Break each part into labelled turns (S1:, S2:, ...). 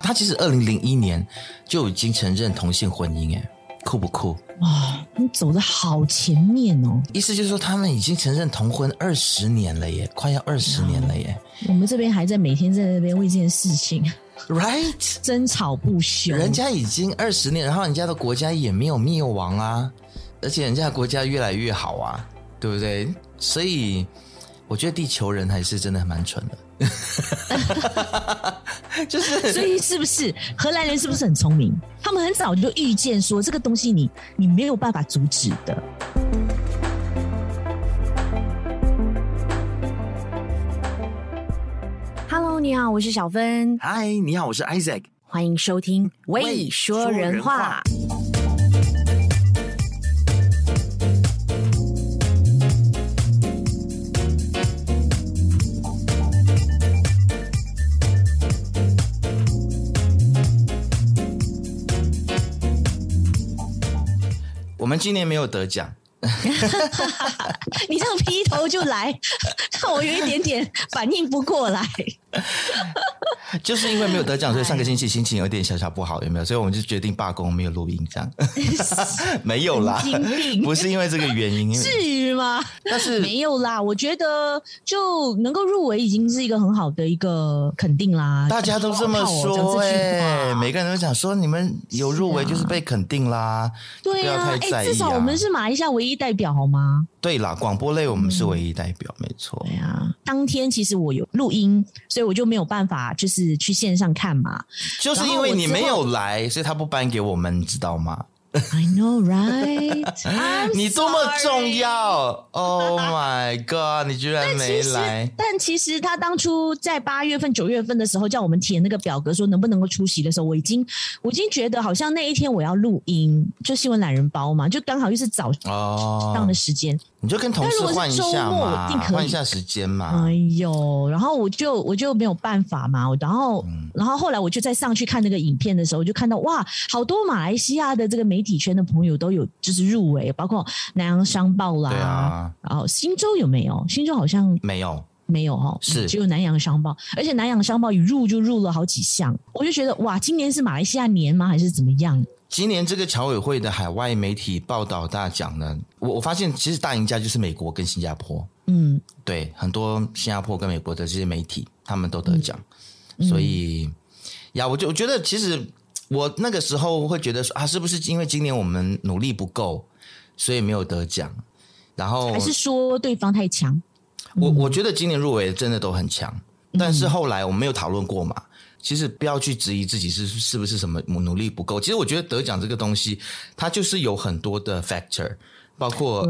S1: 他其实二零零一年就已经承认同性婚姻，哎，酷不酷？
S2: 哇，哦你走的好前面哦！
S1: 意思就是说，他们已经承认同婚二十年了耶，快要二十年了耶
S2: 我们这边还在每天在那边为这件事情
S1: ，right？
S2: 争吵不休。
S1: 人家已经二十年，然后人家的国家也没有灭亡啊，而且人家的国家越来越好啊，对不对？所以我觉得地球人还是真的蛮蠢的，就是。
S2: 所以是不是荷兰人是不是很聪明？他们很早就预见说这个东西你你没有办法阻止的。Hello，你好，我是小芬。
S1: 嗨，你好，我是 Isaac。
S2: 欢迎收听《未说人话》。
S1: 我们今年没有得奖，
S2: 你这样劈头就来， 让我有一点点反应不 过来。
S1: 就是因为没有得奖，所以上个星期心情有点小小不好，有没有？所以我们就决定罢工，没有录音，这样没有啦，不是因为这个原因，
S2: 至于吗？
S1: 但是
S2: 没有啦，我觉得就能够入围已经是一个很好的一个肯定啦。哦
S1: 大家都这么说、欸，哎、哦，每个人都讲说你们有入围就是被肯定啦，
S2: 对
S1: 呀、啊，
S2: 哎、
S1: 啊欸，
S2: 至少我们是马来西亚唯一代表，好吗？
S1: 对啦，广播类我们是唯一代表，嗯、没错。
S2: 对啊，当天其实我有录音，所以我就没有办法，就是去线上看嘛。
S1: 就是因为你没有来，所以他不颁给我们，你知道吗
S2: ？I know, right？
S1: 你多么重要！Oh my god！你居然没来。
S2: 但其实他当初在八月份、九月份的时候叫我们填那个表格，说能不能够出席的时候，我已经我已经觉得好像那一天我要录音，就新闻懒人包嘛，就刚好又是早上的时间。
S1: Oh. 你就跟同事换一下嘛，换一下时间嘛。
S2: 哎呦，然后我就我就没有办法嘛，然后、嗯、然后后来我就再上去看那个影片的时候，我就看到哇，好多马来西亚的这个媒体圈的朋友都有就是入围，包括南洋商报啦，
S1: 啊、
S2: 然后新洲有没有？新洲好像
S1: 没有。
S2: 没有哦，
S1: 是
S2: 只有南洋商报，而且南洋商报一入就入了好几项，我就觉得哇，今年是马来西亚年吗？还是怎么样？
S1: 今年这个侨委会的海外媒体报道大奖呢，我我发现其实大赢家就是美国跟新加坡，
S2: 嗯，
S1: 对，很多新加坡跟美国的这些媒体他们都得奖，嗯、所以、嗯、呀，我就我觉得其实我那个时候会觉得说啊，是不是因为今年我们努力不够，所以没有得奖？然后
S2: 还是说对方太强？
S1: 我我觉得今年入围真的都很强，嗯、但是后来我们没有讨论过嘛。其实不要去质疑自己是是不是什么努力不够。其实我觉得得奖这个东西，它就是有很多的 factor，包括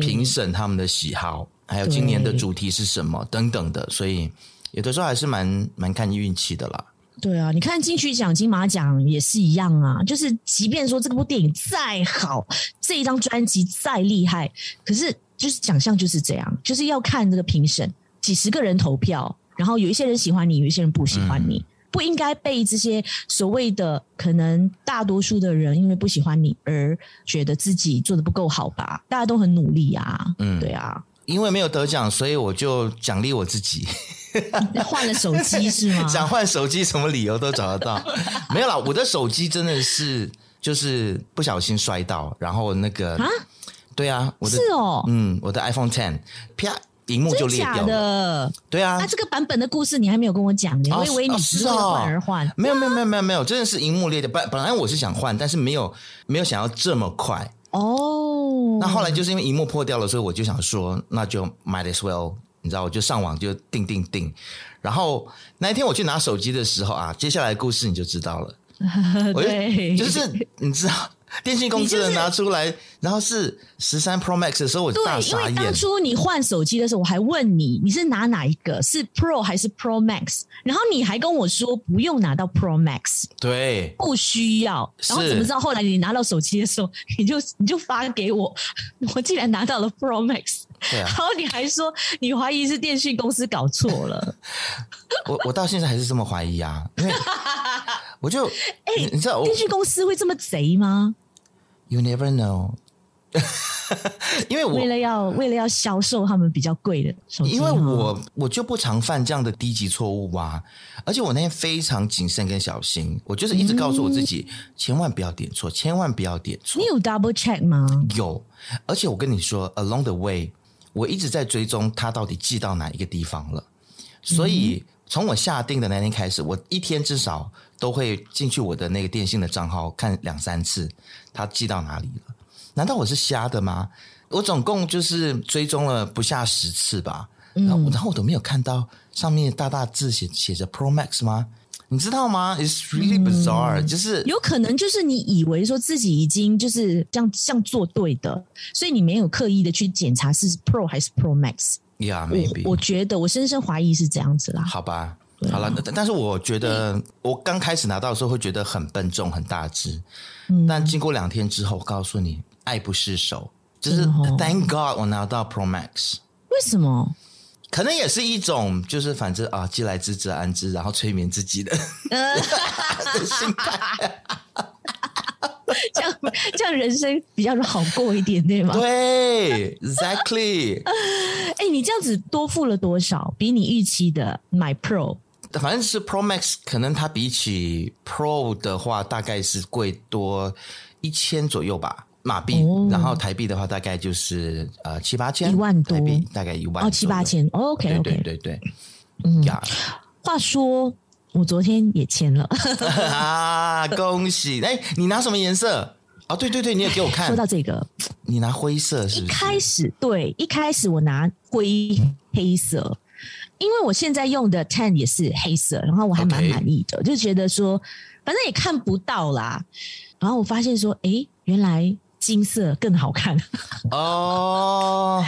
S1: 评审他们的喜好，还有今年的主题是什么等等的。所以有的时候还是蛮蛮看运气的啦。
S2: 对啊，你看金曲奖、金马奖也是一样啊，就是即便说这部电影再好，这一张专辑再厉害，可是。就是奖项就是这样，就是要看这个评审，几十个人投票，然后有一些人喜欢你，有一些人不喜欢你，嗯、不应该被这些所谓的可能大多数的人因为不喜欢你而觉得自己做的不够好吧？大家都很努力啊，嗯，对啊，
S1: 因为没有得奖，所以我就奖励我自己，
S2: 换了手机是 吗？
S1: 想换手机，什么理由都找得到。没有啦，我的手机真的是就是不小心摔到，然后那个
S2: 啊。
S1: 对啊，我的
S2: 是哦，
S1: 嗯，我的 iPhone Ten，啪，荧幕就裂掉
S2: 了。
S1: 对啊，
S2: 那、啊、这个版本的故事你还没有跟我讲呢，哦、我以为你是换而换。
S1: 没有没有没有没有没有，真的是荧幕裂掉。本本来我是想换，但是没有没有想要这么快
S2: 哦。
S1: 那后来就是因为荧幕破掉了，所以我就想说，那就 might as well，你知道，我就上网就订订订。然后那一天我去拿手机的时候啊，接下来故事你就知道了。我
S2: 对，
S1: 就是你知道。电信公司的拿出来，就是、然后是十三 Pro Max 的时候，我大傻眼。
S2: 因为当初你换手机的时候，我还问你你是拿哪一个，是 Pro 还是 Pro Max？然后你还跟我说不用拿到 Pro Max，
S1: 对，
S2: 不需要。然后怎么知道后来你拿到手机的时候， 你就你就发给我， 我竟然拿到了 Pro Max，、
S1: 啊、然
S2: 后你还说你怀疑是电信公司搞错了。
S1: 我我到现在还是这么怀疑啊，因为 我就哎，
S2: 欸、
S1: 你知道哦
S2: 电信公司会这么贼吗？
S1: You never know， 因为我
S2: 为了啊要为了要销售他们比较贵的手机
S1: 因
S2: 号，
S1: 为我我就不常犯这样的低级错误啊，而且我那天非常谨慎跟小心，我就是一直告诉我自己，
S2: 嗯
S1: 千万不要点错，千万不要点错
S2: 你。有 double check 吗？
S1: 有，而且我跟你说，along the way，我一直在追踪它到底寄到哪一个地方了。所以从我下定的那天开始，我一天至少都会进去我的那个电信的账号看两三次，它寄到哪里了？难道我是瞎的吗？我总共就是追踪了不下十次吧，然后然后我都没有看到上面大大字写写着 Pro Max 吗？你知道吗？It's really bizarre，、就是
S2: 有可能就是你以为说自己已经就是这样这样做对的，所以你没有刻意的去检查是 Pro 还是 Pro Max。
S1: yeah，maybe
S2: 我我觉得我深深怀疑是这样子啦。
S1: 好吧，
S2: 啊
S1: 好了，但但是我觉得我刚开始拿到的时候会觉得很笨重、很大只，
S2: 嗯
S1: 但经过两天之后，我告诉你，爱不释手，就是
S2: 真的哦
S1: Thank God 我拿到 Pro Max，
S2: 为什么？
S1: 可能也是一种就是反正啊，既来之则安之，然后催眠自 己的
S2: 呃，
S1: 的心 态。
S2: 这样这样人生比较好过一点，对吗？
S1: 对，exactly，
S2: 哎、你这样子多付了多少？比你预期的买 Pro
S1: 反正是 Pro Max，可能它比起 Pro 的话，大概是贵多一千左右吧。马币，
S2: 哦
S1: 然后台币的话，大概就是呃七八千，
S2: 一万多
S1: 台币大概一万
S2: 哦，七八千。哦
S1: 左右。对
S2: OK
S1: 对
S2: OK。
S1: 对对，嗯呀
S2: 话说，我昨天也签了。
S1: 啊，恭喜！哎，你拿什么颜色？哦，对对对，你也给我看
S2: 说，到这个，
S1: 你拿灰色是不
S2: 一
S1: 是？
S2: 开始对，一开始我拿灰黑色，因为我现在用的 Ten 也是黑色，然后我还蛮
S1: OK
S2: 满意的就觉得说反正也看不到啦。然后我发现说，诶，原来金色更好看， 因
S1: 哦，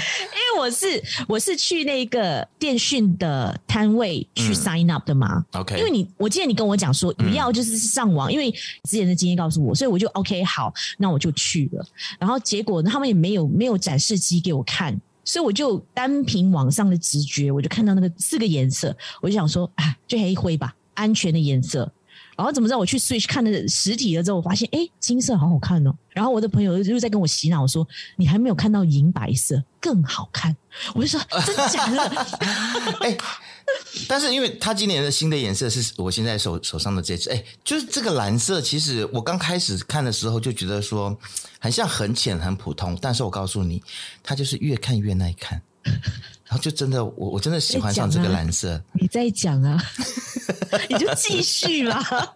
S2: 为我是我是去那个电讯的摊位
S1: 嗯
S2: 去 sign up 的嘛。
S1: OK
S2: 因为你，我记得你跟我讲说不要就是上网，因为之前的经验告诉我，所以我就 OK 好，那我就去了。然后结果呢，他们也没有没有展示机给我看，所以我就单凭网上的直觉，我就看到那个四个颜色，我就想说啊，就黑灰吧，安全的颜色。然后怎么知道我去 Switch 看了实体了之后，我发现哎，金色好好看哦。然后我的朋友又在跟我洗脑说，你还没有看到银白色更好看。我就说真的假的？
S1: 哎，但是因为它今年的新的颜色是我现在手手上的这支，哎，就是这个蓝色，其实我刚开始看的时候就觉得说，很像很浅很普通，但是我告诉你，它就是越看越耐 看，然后就真的我我真的喜欢上这个蓝色，
S2: 你在讲 啊，你就继续啦。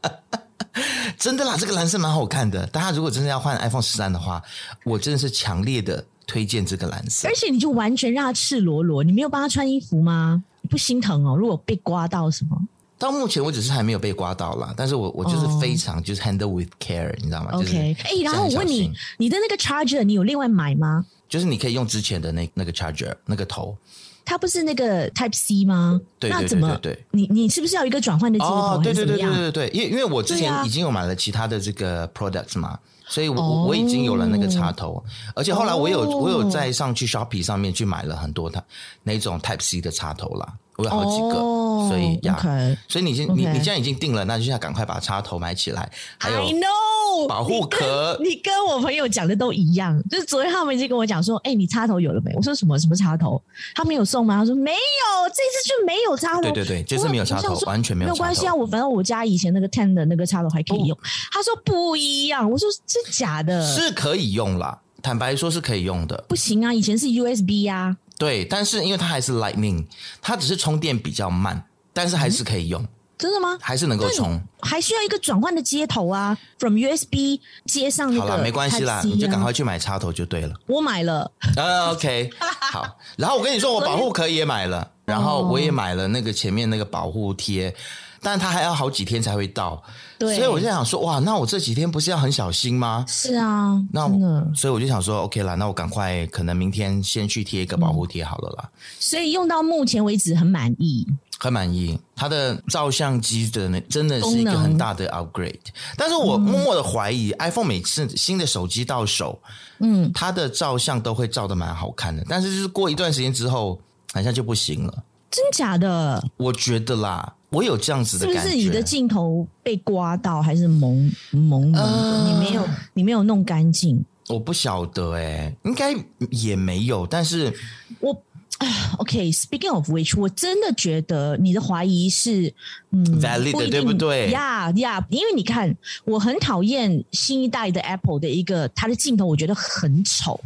S1: 真的啦，这个蓝色蛮好看的，大家如果真的要换 iPhone 十三的话，我真的是强烈的推荐这个蓝色
S2: 而。且你就完全让他赤裸裸，你没有帮他穿衣服吗？你不心疼哦？如果被刮到什么
S1: 到目前我只是还没有被刮到啦，但是我我就是非常就是 handle with care，你知道吗就是
S2: 哦？OK，哎、然
S1: 这
S2: 后我
S1: 样很
S2: 问
S1: 小心
S2: 你，你的那个 charger 你有另外买吗？
S1: 就是你可以用之前的那那个 charger 那个头。
S2: 它不是那个 Type C 吗？
S1: 对
S2: 那
S1: 对
S2: 怎么？
S1: 对对对
S2: 你你是不是要有一个转换的接
S1: 对
S2: 头、还
S1: 对
S2: 是怎
S1: 对
S2: 么
S1: 对
S2: 样？
S1: 对对，因为因为我之
S2: 对啊
S1: 前已经有买了其他的这个 products 嘛，所以我、
S2: 哦
S1: 我我已经有了那个插头，而且后来我有、
S2: 哦
S1: 我有在上去 Shopee 上面去买了很多它那种 Type C 的插头啦，我有好几个，
S2: 哦
S1: 所以呀
S2: OK
S1: 所以你已经你
S2: OK
S1: 你现在已经定了，那就要赶快把插头买起来，还
S2: I
S1: 有
S2: know，
S1: 保护壳
S2: 你跟我朋友讲的都一样，就是昨天他们已经跟我讲说，哎、你插头有了没？我说什么什么插头？他们有送吗？他说没有，这次就没有插头。
S1: 对对对这次没有插头
S2: 我想说
S1: 完全没
S2: 没
S1: 有插头哦
S2: 关系啊，我反正我家以前那个 Ten 的那个插头还可以用。他说不一样，我说真假的？
S1: 是可以用啦，坦白说是可以用的，
S2: 不行啊，以前是 USB 呀、
S1: 对，但是因为它还是 Lightning，它只是充电比较慢，但是还是可以用，
S2: 真的吗？
S1: 还是能够充。
S2: 还需要一个转换的接头啊，from USB 接上那
S1: 好
S2: 个、啊
S1: 啦，没关系啦，你就赶。快去买插头就 对了。
S2: 我买了，
S1: 呃，OK，好。然后我跟你说，我保护壳也买
S2: 哦
S1: 了，然后我也买了那个前面那个保护贴，但它还要好几天才会到。
S2: 对
S1: 所以我就想说，哇，那我这几天不是要很小心吗？
S2: 是啊，
S1: 那
S2: 真的。
S1: 所以我就想说，OK 啦，那我赶快，可能明天先去贴一个保护贴好了啦。
S2: 所以用到目前为止很满意。
S1: 很满意，它的照相机的那真的是一个
S2: 功能
S1: 很大的 upgrade。但是我默默的怀疑、i p h o n e 每次新的手机到手，
S2: 嗯，
S1: 它的照相都会照的蛮好看的，但是就是过一段时间之后，好像就不行了。
S2: 真假的？
S1: 我觉得啦，我有这样子
S2: 是
S1: 的
S2: 不
S1: 感觉。
S2: 是你的镜
S1: 呃
S2: 头被刮到，还是蒙蒙蒙的？你没有，你没有弄干净。
S1: 我不晓得哎、应该也没有，但是
S2: 我。OK，Speaking、of which，我真的觉得你的怀疑是嗯
S1: Valid 的
S2: 一定
S1: 对不对
S2: 呀呀，因为你看，我很讨厌新一代的 Apple 的一个它的镜头，我觉得很丑、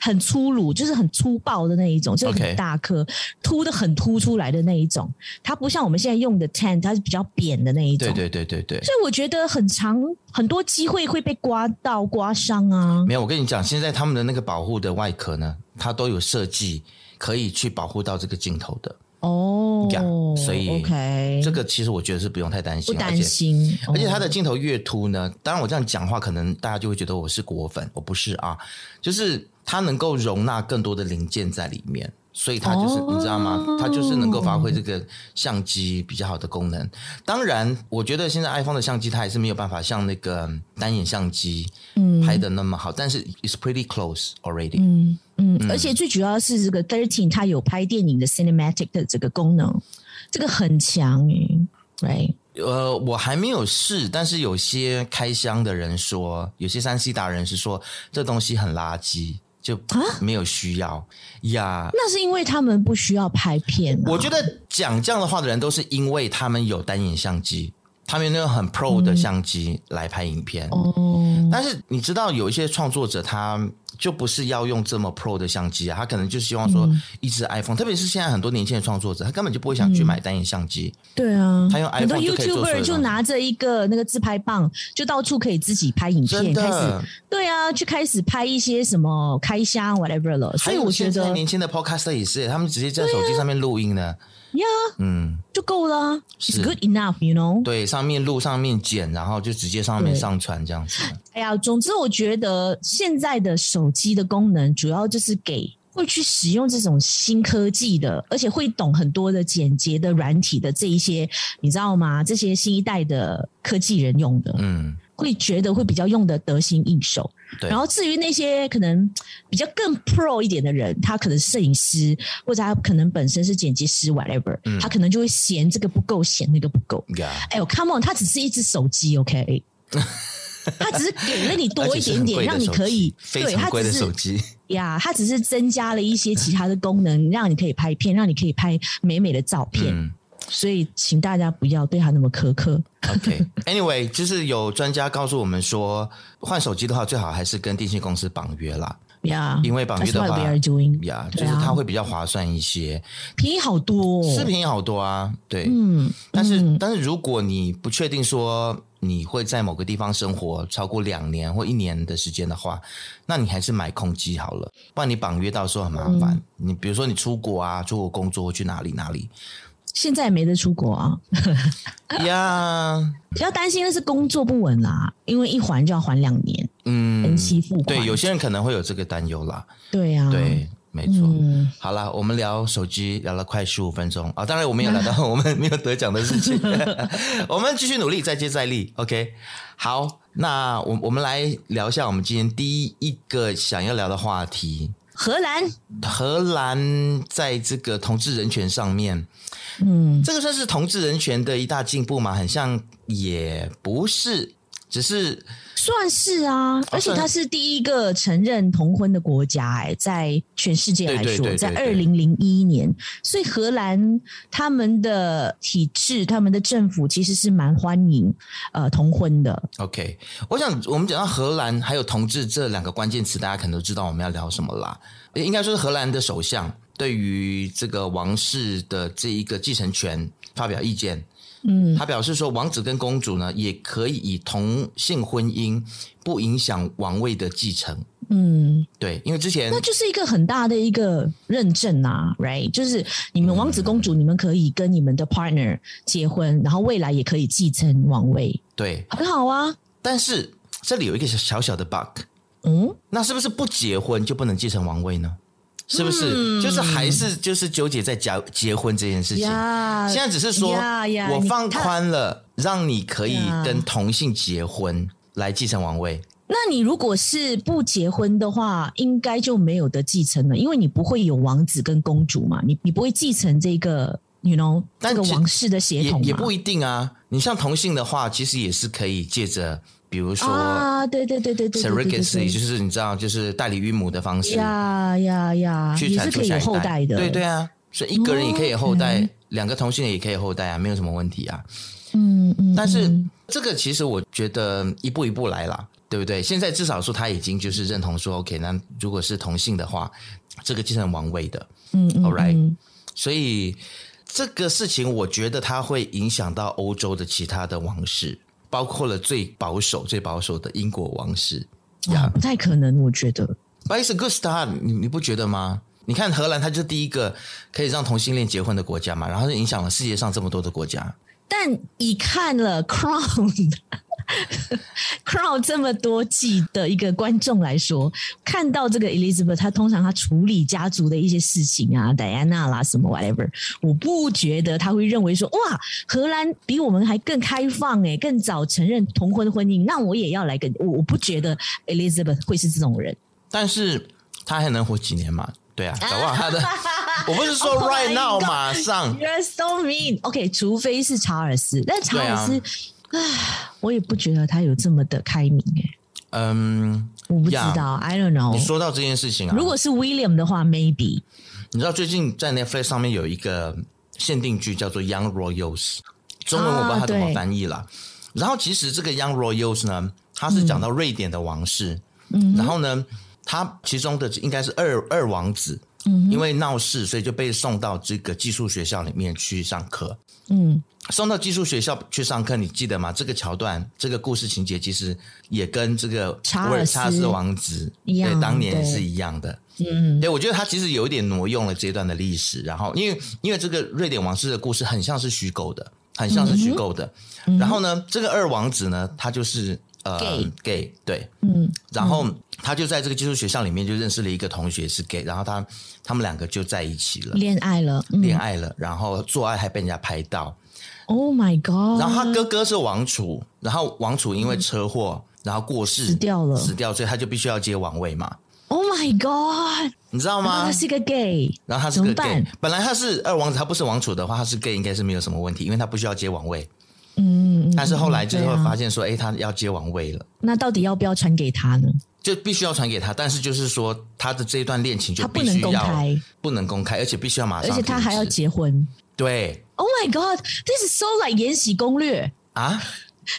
S2: 很粗鲁，就是很粗暴的那一种，就是
S1: OK
S2: 很大颗凸的很凸出来的那一种。它不像我们现在用的 Ten，它是比较扁的那一种。
S1: 对对对对对，
S2: 所以我觉得很长很多机会会被刮到刮伤啊。
S1: 没有。我跟你讲，现在他们的那个保护的外壳呢，它都有设计可以去保护到这个镜头的。
S2: 哦
S1: Yeah，所以
S2: OK，
S1: 这个其实我觉得是不用太担
S2: 不
S1: 心，
S2: 担心，
S1: 而且。而且
S2: 哦
S1: 它的镜头越凸呢，当然我这样讲话，可能大家就会觉得我是果粉，我不是啊，就是它能够容纳更多的零件在里面，所以它就是、
S2: 哦
S1: 你知道吗？它就是能够发挥这个相机比较好的功能。当然，我觉得现在 iPhone 的相机它还是没有办法像那个嗯单眼相机拍的那么好，但是 it's pretty close already、
S2: 嗯，嗯，而且最主要是这个 Thirteen 它有拍电影的 cinematic 的这个功能，这个很强诶，right？
S1: 呃，我还没有试，但是有些开箱的人说，有些山西达人是说这东西很垃圾，就
S2: 啊
S1: 没有需要呀。
S2: 那是因为他们不需要拍片、啊，
S1: 我觉得讲这样的话的人，都是因为他们有单眼相机，他们有那种很 pro 的相机来拍影片。
S2: 嗯哦，
S1: 但是你知道，有一些创作者他就不是要用这么 pro 的相机啊，他可能就希望说
S2: 嗯
S1: 一支 iPhone，、特别是现在很多年轻的创作者，他根本就不会想
S2: 嗯
S1: 去买单眼相机。
S2: 对啊，
S1: 他用
S2: 很多
S1: iPhone 就可以做所有
S2: YouTuber
S1: 的
S2: 就
S1: 东西
S2: 拿着一个那个自拍棒，就到处可以自己拍影
S1: 真
S2: 片，开
S1: 的
S2: 始，对啊，去开始拍一些什么开箱 whatever 了，所
S1: 还
S2: 以
S1: 有
S2: 我觉
S1: 现在
S2: 得啊
S1: 年轻的 podcaster 也是，他们直接在手机上面录音呢。
S2: 呀
S1: 嗯，
S2: 就够了啊
S1: 是
S2: ，It's good enough，you know？
S1: 对，上面录上面剪，然后就直接上面
S2: 对
S1: 上传这样子。
S2: 哎呀，总之我觉得现在的手机的功能主要就是给会去使用这种新科技的，而且会懂很多的简洁的软体的这一些，你知道吗？这些新一代的科技人用的，
S1: 嗯，
S2: 会觉得会比较用的得心应手。
S1: 对
S2: 然后至于那些可能比较更 pro 一点的人，他可能是摄影师，或者他可能本身是剪辑师，whatever，、他
S1: 嗯
S2: 可能就会嫌这个不够，嫌那个不够。
S1: 呀、
S2: 哎呦，Come on，它只是一只手机，OK，它只是给了你多一点点，
S1: 而且是很贵的
S2: 让你
S1: 手机
S2: 可以
S1: 非
S2: 对
S1: 常
S2: 它
S1: 贵
S2: 只
S1: 的手
S2: 是
S1: 机。
S2: 呀，它只是增加了一些其他的功能，让你可以拍片，让你可以拍美美的照片。
S1: 嗯
S2: 所以，请大家不要对它那么苛刻。
S1: ，OK，Anyway，、就是有专家告诉我们说，换手机的话最好还是跟电信公司绑约啦，
S2: 呀、
S1: 因为绑约
S2: That's
S1: 的
S2: what
S1: 话
S2: we are doing，
S1: 呀就
S2: 对
S1: 是
S2: 啊
S1: 它会比较划算一些，
S2: 便宜好多、哦。
S1: 视频也好多啊，对，
S2: 嗯，
S1: 但是、但是如果你不确定说你会在某个地方生活超过两年或一年的时间的话，那你还是买空机好了，不然你绑约到时候很麻烦。
S2: 嗯
S1: 你比如说你出国啊，出国工作去哪里哪里
S2: 现在也没得出国啊，
S1: 呀
S2: 不要担心，那是工作不稳啦，因为一还就要还两年，
S1: 嗯
S2: 分，期付款。
S1: 对，有些人可能会有这个担忧啦，
S2: 对啊，
S1: 对，没错。
S2: 嗯，
S1: 好啦，我们聊手机聊了快十五分钟啊、当然我们有聊到我们没有得奖的事情， 我们继续努力，再接再厉。OK，好，那我我们来聊一下我们今天第一个想要聊的话题：
S2: 荷兰，
S1: 荷兰在这个同志人权上面，
S2: 嗯
S1: 这个算是同志人权的一大进步吗？很像也不是，只是
S2: 算是啊，而且
S1: 哦算
S2: 它是第一个承认同婚的国家、哎，在全世界来
S1: 对对对
S2: 说，
S1: 对
S2: 在二
S1: 对
S2: 零零一年，所以荷兰他们的体制、他们的政府其实是蛮欢迎呃同婚的，
S1: OK，我想我们讲到荷兰还有同志这两个关键词，大家可能都知道我们要聊什么啦。诶应该说是荷兰的首相对于这个王室的这一个继承权发表意见。
S2: 嗯，
S1: 他表示说，王子跟公主呢也可以以同性婚姻，不影响王位的继承。
S2: 嗯，
S1: 对，因为之前
S2: 那就是一个很大的一个认证啊，right？就是你们王子公主，你们可以跟你们的 partner 结婚，然后未来也可以继承王位，
S1: 对，
S2: 很好啊，
S1: 但是这里有一个小小的 bug，
S2: 嗯，
S1: 那是不是不结婚就不能继承王位呢？是不是？
S2: 嗯
S1: 就是还是就是纠结在结结婚这件事情。
S2: 呀
S1: 现在只是说
S2: 呃呀呀
S1: 我
S2: 你
S1: 放
S2: 看
S1: 宽了，让你可以
S2: 呀
S1: 跟同性结婚来继承王位。
S2: 那你如果是不结婚的话，应该就没有得继承了，因为你不会有王子跟公主嘛，你你不会继承这个，you know，
S1: 但
S2: 这个
S1: 其
S2: 王室的血
S1: 也
S2: 统嘛
S1: 也不一定啊。你像同性的话，其实也是可以借着比如说
S2: 啊，对对对对对对对对
S1: surrogacy，就
S2: 对
S1: 是你知道，就是代理孕母的方式
S2: 呀呀呀，
S1: 去
S2: 也
S1: 产
S2: 是
S1: 出
S2: 可以
S1: 下
S2: 有
S1: 一
S2: 后代的，
S1: 对对，啊，所以一个人也可以有后代
S2: OK，
S1: 两个同性恋也可以有后代啊，没有什么问题啊。
S2: 嗯嗯，
S1: 但是
S2: 嗯
S1: 这个其实我觉得一步一步来啦，对不对？现在至少说他已经就是认同说，OK，那如果是同性的话，这个继承王位的，
S2: 嗯嗯
S1: all right
S2: 嗯
S1: 所以这个事情我觉得它会影响到欧洲的其他的王室，包括了最保守、最保守的英国王室。
S2: 哇不太可能，我觉得
S1: But it's a good start，你你不觉得吗？你看荷兰，它就是第一个可以让同性恋结婚的国家嘛，然后就影响了世界上这么多的国家。
S2: 但以看了 Crown Crown 这么多季的一个观众来说，看到这个 Elizabeth，她通常她处理家族的一些事情啊，Diana 啦什么 whatever，我不觉得她会认为说哇，荷兰比我们还更开放诶、更早承认同婚婚姻，那我也要来跟我我不觉得 Elizabeth 会是这种人。
S1: 但是他还能活几年嘛？对啊，搞不好 他的，我不是说
S2: Oh my
S1: right now
S2: God
S1: 马上，
S2: You're so mean。OK，除非是查尔斯，但查尔斯，唉我也不觉得他有这么的开明欸诶、
S1: 嗯，
S2: 我不知
S1: Yeah
S2: 道，I don't know
S1: 你。说到这件事情啊，
S2: 如果是 William 的话，maybe
S1: 你知道最近在 Netflix 上面有一个限定剧叫做《Young Royals》，中文我不知道它怎么翻译
S2: 啊
S1: 啦。然后其实这个《Young Royals》呢，它是讲到瑞典的王室，嗯，然后呢，它其中的应该是二二王子，嗯，因为闹事，所以就被送到这个寄宿学校里面去上课。
S2: 嗯，
S1: 送到寄宿学校去上课，你记得吗？这个桥段，这个故事情节其实也跟这个
S2: 查尔斯
S1: 威尔查尔斯王子
S2: 一样
S1: 对当年也
S2: 对
S1: 是一样的。嗯，对，我觉得他其实有一点挪用了这一段的历史，然后因为因为这个瑞典王室的故事很像是虚构的，很像是虚构的。然后呢，这个二王子呢，他就是呃
S2: 嗯 Gay
S1: gay 对，
S2: 嗯，
S1: 然后他就在这个寄宿学校里面就认识了一个同学是 gay，然后他他们两个就在一起了，
S2: 恋爱了，嗯
S1: 恋爱了，然后做爱还被人家拍到。
S2: Oh my God！
S1: 然后他哥哥是王储，然后王储因为车祸，然后过世
S2: 嗯死掉了
S1: 死掉，所以他就必须要接王位嘛，
S2: ，Oh my God！
S1: 你知道
S2: 然后
S1: 吗
S2: 他？是个 gay，
S1: 然后他是
S2: 怎
S1: 个
S2: 么
S1: gay，
S2: 办
S1: 本来他是二王子，他不是王储的话，他是 gay 应该是没有什么问题，因为他不需要接王位。
S2: 嗯，嗯嗯
S1: 但是后来就是会
S2: 对啊
S1: 发现说，哎、他要接王位了，
S2: 那到底要不要传给他呢？
S1: 就必须要传给他。但是就是说，他的这一段恋情就
S2: 他不
S1: 必
S2: 能
S1: 须
S2: 公
S1: 要
S2: 开，
S1: 不能公开，而且必须要马
S2: 而
S1: 上停
S2: 且
S1: 止，
S2: 他还要结婚。
S1: 对
S2: Oh my God！This is so like《延禧攻略》。
S1: 啊，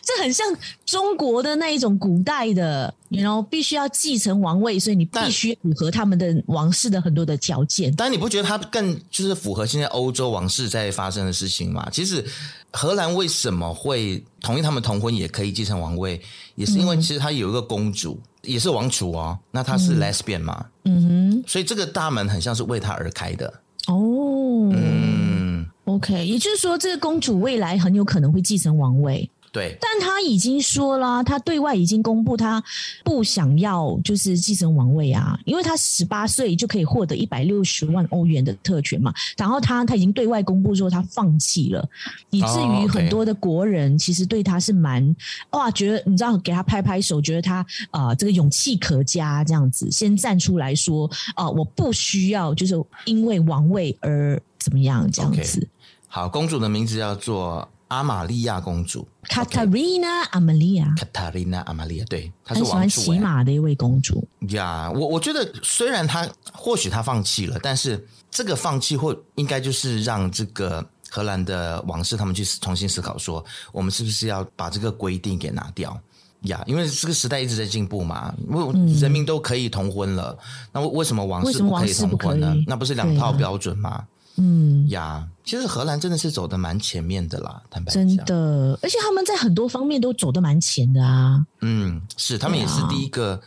S2: 这很像中国的那一种古代的，然后必须要继承王位，所以你
S1: 但
S2: 必须符合他们的王室的很多的条件。
S1: 但你不觉得它更就是符合现在欧洲王室在发生的事情吗？其实荷兰为什么会同意他们同婚也可以继承王位，也是因
S2: 嗯
S1: 为其实它有一个公主，也是王储哦，那她是 lesbian 嘛，
S2: 嗯
S1: 所以这个大门很像是为她而开的。
S2: 哼，哦、
S1: 嗯，
S2: o k 也就是说，这个公主未来很有可能会继承王位，
S1: 对，
S2: 但她已经说啦，她对外已经公布她不想要就是继承王位啊，因为她十八岁就可以获得一百六十万欧元的特权嘛。然后她她已经对外公布说她放弃了，以至
S1: 哦
S2: 于
S1: ，OK
S2: 很多的国人其实对她是蛮哇，觉得你知道给她拍拍手，觉得她啊、呃这个勇气可嘉这样子，先站出来说啊、我不需要就是因为王位而怎么样这样
S1: OK
S2: 子。
S1: 好，公主的名字叫做阿玛利亚公主
S2: Katarina Amalia。
S1: （Katarina Amalia），对，她是
S2: 很喜
S1: 王
S2: 欢
S1: 储、
S2: 骑
S1: 欸。
S2: 马的一位公主，
S1: 呀我我觉得虽然他或许他放弃了，但是这个放弃或应该就是让这个荷兰的王室他们去重新思考说，我们是不是要把这个规定给拿掉。呀因为这个时代一直在进步嘛，因为人民都可以同婚了，那为什么王
S2: 嗯为
S1: 室
S2: 什么
S1: 不可以
S2: 王室
S1: 同
S2: 不
S1: 婚呢
S2: 可以？啊
S1: 那不是两套标准吗？
S2: 嗯，
S1: 呀其实荷兰真的是走的蛮前面的啦，坦白讲，
S2: 真的，而且他们在很多方面都走得蛮前的啊。
S1: 嗯，是他们也是
S2: 对啊
S1: 第一个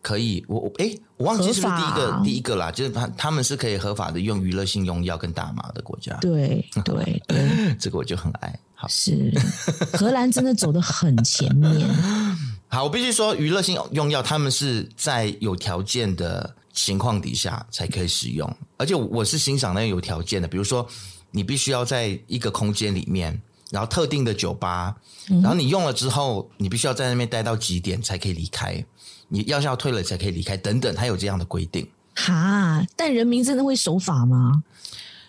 S1: 可以，我我诶，我忘记是不是第一
S2: 合
S1: 个
S2: 法
S1: 第一个啦，就是他他们是可以合法的用娱乐性用药跟大麻的国家，
S2: 对对对，
S1: 这个我就很爱。好，
S2: 是荷兰真的走得很前面。
S1: 好，我必须说，娱乐性用药他们是在有条件的情况底下才可以使用，而且我是欣赏那个有条件的，比如说你必须要在一个空间里面。然后特定的酒吧，然后你用了之后，你必须要在那边待到几点才可以离开，你药效退了才可以离开，等等，它有这样的规定。
S2: 哈，但人民真的会守法吗？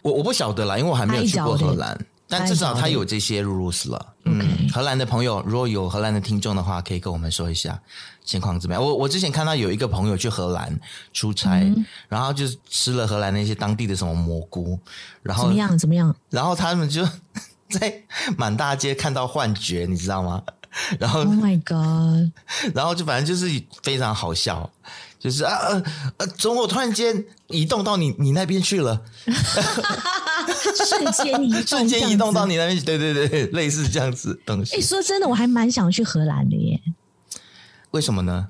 S1: 我我不晓得啦，因为我还没有去过荷兰。但至少他有这些 rules 了。嗯，荷兰的朋友，如果有荷兰的听众的话，可以跟我们说一下情况怎么样。我我之前看到有一个朋友去荷兰出差，
S2: 嗯
S1: 然后就吃了荷兰那些当地的什么蘑菇，然
S2: 怎
S1: 后
S2: 么样？怎么样？
S1: 然后他们就在满大街看到幻觉，你知道吗？然 后
S2: Oh my god！
S1: 然后就反正就是非常好笑，就是啊呃呃，总我突然间移动到你你那边去了，
S2: 瞬间移动，
S1: 瞬间移动到。你那边去，对对对，类似这样子的东
S2: 哎、
S1: 西，
S2: 说真的，我还蛮想去荷兰的耶。
S1: 为什么呢？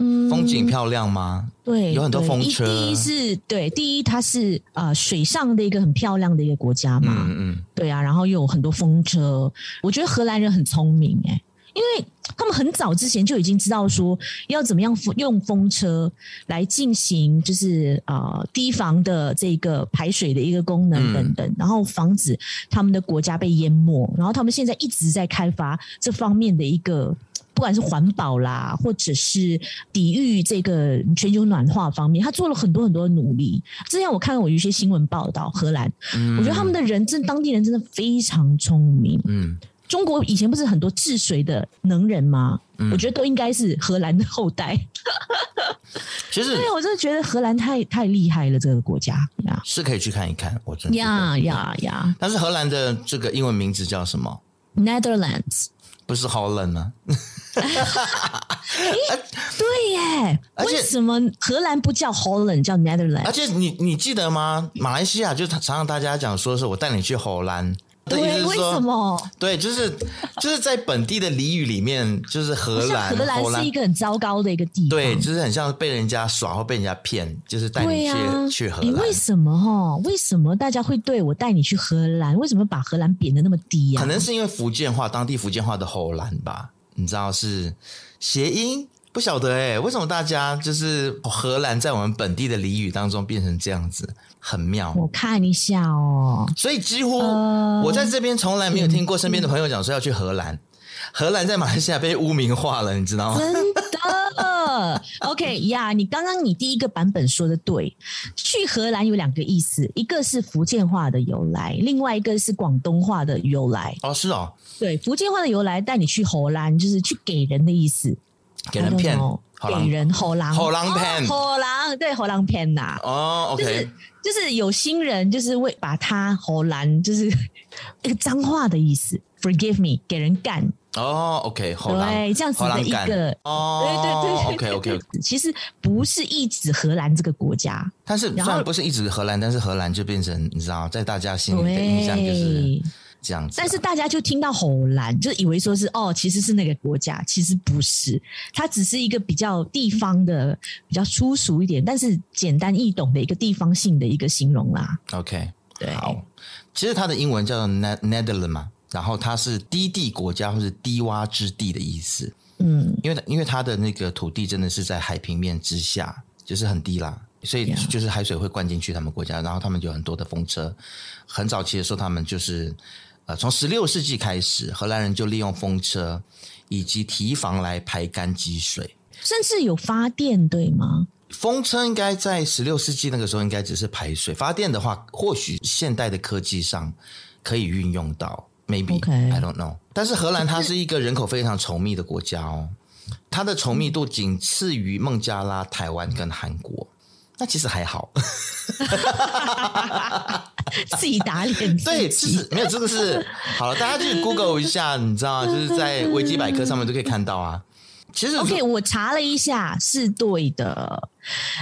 S2: 嗯，
S1: 风景漂亮吗？
S2: 对，
S1: 有很多
S2: 对
S1: 风
S2: 一
S1: 车
S2: 第一是对，第一它是呃水上的一个很漂亮的一个国家嘛，
S1: 嗯嗯，
S2: 对啊，然后又有很多风车。我觉得荷兰人很聪明哎、因为他们很早之前就已经知道说要怎么样用风车来进行，就是呃堤防的这个排水的一个功能
S1: 嗯
S2: 等等，然后防止他们的国家被淹没。然后他们现在一直在开发这方面的一个。不管是环保啦，或者是抵御这个全球暖化方面，他做了很多很多的努力。之前我看到有一些新闻报道，荷兰
S1: 嗯
S2: 我觉得他们的人真当地人真的非常聪明。
S1: 嗯
S2: 中国以前不是很多治水的能人吗？
S1: 嗯
S2: 我觉得都应该是荷兰的后代。
S1: 其实
S2: 对，我真的觉得荷兰太太厉害了，这个国家呀
S1: 是可以去看一看，我真的觉得。
S2: 呀呀呀
S1: 但是荷兰的这个英文名字叫什么？
S2: ，Netherlands，
S1: 不是 Holland 吗？
S2: 对耶，
S1: 而且
S2: 为什么荷兰不叫 Holland 叫
S1: 而
S2: Netherlands？
S1: 且你你记得吗？马来西亚就常常大家讲说是我带你去荷兰，的意
S2: 对，
S1: 思是
S2: 为什
S1: 说，
S2: 么？
S1: 对，就是就是在本地的俚语里面，就是荷兰，
S2: 像荷兰
S1: 荷
S2: 是
S1: 兰
S2: 一，个很糟糕的一个地方。
S1: 对，就是很像被人家耍或被人家骗，就是带
S2: 对
S1: 你去、
S2: 呀、
S1: 去荷
S2: 你
S1: 兰
S2: 为。什么哦？为什么大家会对我带你去荷兰？为什么把荷兰贬得那么低啊呀、
S1: 可能是因为福建话，当地福建话的荷兰吧，你知道是谐音，不晓得哎、为什么大家就是荷兰在我们本地的俚语当中变成这样子，很妙。
S2: 我看一下哦。
S1: 所以几乎
S2: 呃
S1: 我在这边从来没有听过身边的朋友讲说要去荷兰，荷兰在马来西亚被污名化了，你知道吗？
S2: 真的 ，OK 呀、你刚刚你第一个版本说的对，去荷兰有两个意思，一个是福建话的由来，另外一个是广东话的由来。
S1: 哦，是哦，
S2: 对，福建话的由来带你去荷兰，就是去给人的意思，
S1: 给人骗
S2: I don't，
S1: 好
S2: know，
S1: 了
S2: 给，哦人荷兰，
S1: 荷兰骗
S2: 哦荷兰对荷兰骗呐、
S1: 哦
S2: 就是
S1: ，OK，
S2: 就是有心人就是为把他荷兰就是 一个脏话的意思，forgive me，给人干，
S1: 哦，OK，荷兰，
S2: 对，这样子
S1: 荷
S2: 的
S1: 兰
S2: 一
S1: 干
S2: 个。
S1: 哦，
S2: 对对对对
S1: o k OK，
S2: 其实不是一指荷兰这个国家，
S1: 但是虽
S2: 然
S1: 然
S2: 后
S1: 不是一直荷兰，但是荷兰就变成你知道，在大家心里的嗯印象就是
S2: 对
S1: 这样子啊。
S2: 但是大家就听到荷兰，就以为说是哦，其实是那个国家，其实不是，它只是一个比较地方的、比较粗俗一点，但是简单易懂的一个地方性的一个形容啦。
S1: OK，
S2: 对
S1: 好，其实它的英文叫做 Ne- Netherland 嘛，然后它是低地国家或是低洼之地的意思，
S2: 嗯，
S1: 因为它因为它的那个土地真的是在海平面之下，就是很低啦。所以
S2: Yeah
S1: 就是海水会灌进去他们国家，然后他们有很多的风车。很早期的时候，他们就是呃，从十六世纪开始，荷兰人就利用风车以及堤防来排干积水。
S2: 甚至有发电，对吗？
S1: 风车应该在十六世纪那个时候，应该只是排水发电的话，或许现代的科技上可以运用到，maybe
S2: OK
S1: I don't know。但是荷兰它是一个人口非常稠密的国家哦，它的稠密度仅次于孟加拉、台湾跟韩国。那其实还 好，
S2: 自己打脸自己，
S1: 对，其实没有这个是好了，大家去 Google 一下，你知道，就是在维基百科上面都可以看到啊。其实
S2: OK，我查了一下，是对的。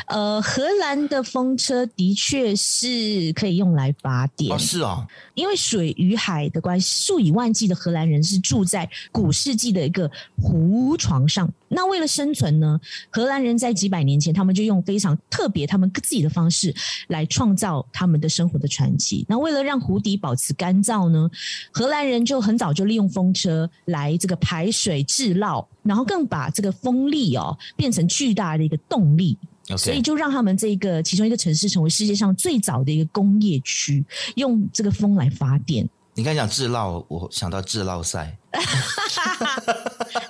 S2: 呃，荷兰的风车的确是可以用来发电，
S1: 哦是哦，
S2: 因为水与海的关系，数以万计的荷兰人是住在古世纪的一个湖床上。那为了生存呢，荷兰人在几百年前，他们就用非常特别他们自己的方式来创造他们的生活的传奇。那为了让湖底保持干燥呢，荷兰人就很早就利用风车来这个排水制涝，然后更把这个风力哦变成巨大的一个动力。所以
S1: OK，
S2: 就让他们这个其中一个城市成为世界上最早的一个工业区，用这个风来发电。
S1: 你刚才讲智涝，我想到智涝赛，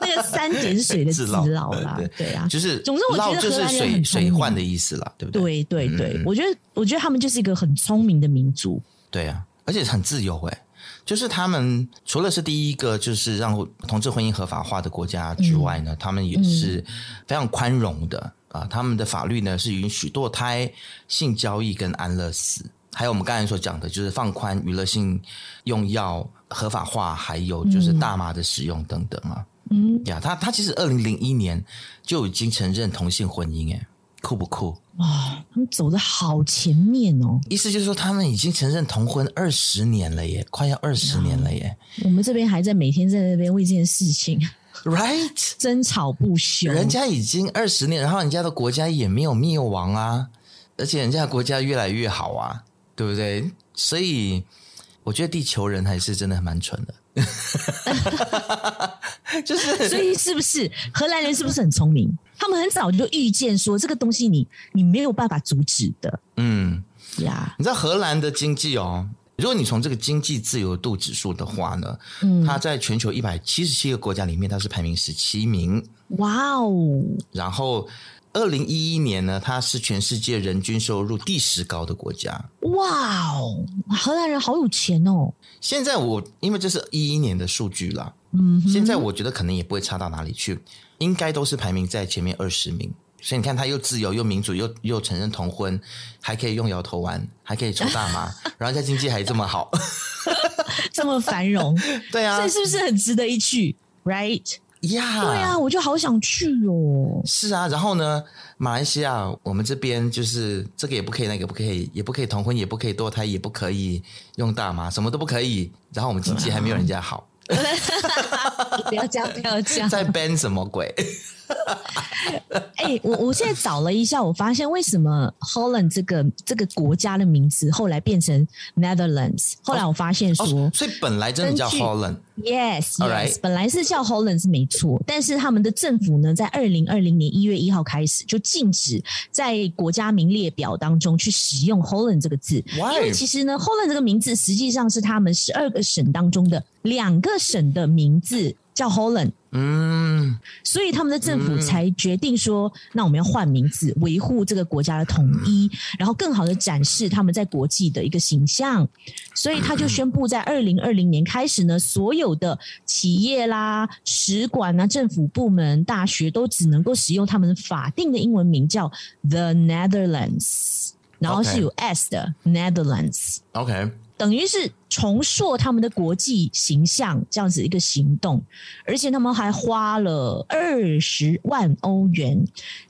S2: 那个三点水 的
S1: 自
S2: 自
S1: 烙
S2: 老啦
S1: 对，
S2: 对啊，
S1: 就是
S2: 总之我觉
S1: 涝
S2: 得
S1: 就
S2: 荷
S1: 是
S2: 兰人
S1: 水
S2: 很聪
S1: 水
S2: 明
S1: 患的意思啦，对不对？
S2: 对对对
S1: 嗯，
S2: 我觉得我觉得他们就是一个很聪明的民族。
S1: 对啊，而且很自由哎、就是他们除了是第一个就是让同志婚姻合法化的国家之外
S2: 嗯
S1: 呢，他们也是非常宽容的啊、他们的法律呢是允许堕胎、性交易跟安乐死，还有我们刚才所讲的，就是放宽娱乐性用药合法化，还有就是大麻的使用等等啊。
S2: 嗯，
S1: 呀，他他其实二零零一年就已经承认同性婚姻，哎，酷不酷？
S2: 哇，他们走的好前面哦。
S1: 意思就是说，他们已经承认同婚二十年了耶，快要二十年了耶
S2: 我们这边还在每天在那边为这件事情
S1: ，right？
S2: 争吵不休。
S1: 人家已经二十年，然后人家的国家也没有灭亡啊，而且人家的国家越来越好啊，对不对？所以我觉得地球人还是真的蛮蠢的，就是
S2: 所以是不是荷兰人是不是很聪明？他们很早就预见说这个东西你你没有办法阻止的
S1: 嗯。
S2: 呀。
S1: 你知道荷兰的经济哦，如果你从这个经济自由度指数的话呢，
S2: 嗯
S1: 它在全球一百七十七个国家里面，它是排名十七名。
S2: 哇哦，
S1: 然后，二零一一年呢，它是全世界人均收入第十高的国家。
S2: 哇哦，荷兰人好有 钱哦。
S1: 现在我因为这是一一年的数据啦，
S2: 嗯哼，
S1: 现在我觉得可能也不会差到哪里去，应该都是排名在前面二十名。所以你看，它又自由又民主，又又承认同婚，还可以用摇头丸，还可以抽大 麻，然后家经济还这么好，
S2: 这么繁荣，
S1: 对啊
S2: 这，是不是很值得一去？Right？
S1: 呀，
S2: 对啊，我就好想去哦。
S1: 是啊，然后呢，马来西亚我们这边就是这个也不可以，那个也不可以，也不可以同婚，也不可以堕胎，也不可以用大麻，什么都不可以。然后我们经济还没有人家好，
S2: 不要这样，不要这样。
S1: 在 ban 什么鬼？
S2: 哎、我我现在找了一下，我发现为什么 Holland 这个这个国家的名字后来变成 Netherlands？后来我发现说、
S1: 哦，所以本来真的叫
S2: 根据
S1: Holland，
S2: y e s
S1: All
S2: yes，、
S1: right
S2: 本来是叫 Holland 是没错，但是他们的政府呢，在二零二零年一月一号开始就禁止在国家名列表当中去使用 Holland 这个字
S1: Why？
S2: 因为其实呢，Holland 这个名字实际上是他们十二个省当中的两个省的名字叫 Holland。
S1: 嗯，
S2: 所以他们的政府才决定说，那我们要换名字，维护这个国家的统一，然后更好的展示他们在国际的一个形象。所以他就宣布，在二零二零年开始呢，所有的企业啦、使馆啊、政府部门、大学都只能够使用他们法定的英文名叫 The Netherlands，然后
S1: OK
S2: 是有 S 的 Netherlands。
S1: ，OK，
S2: 等于是重塑他们的国际形象这样子一个行动，而且他们还花了二十万欧元，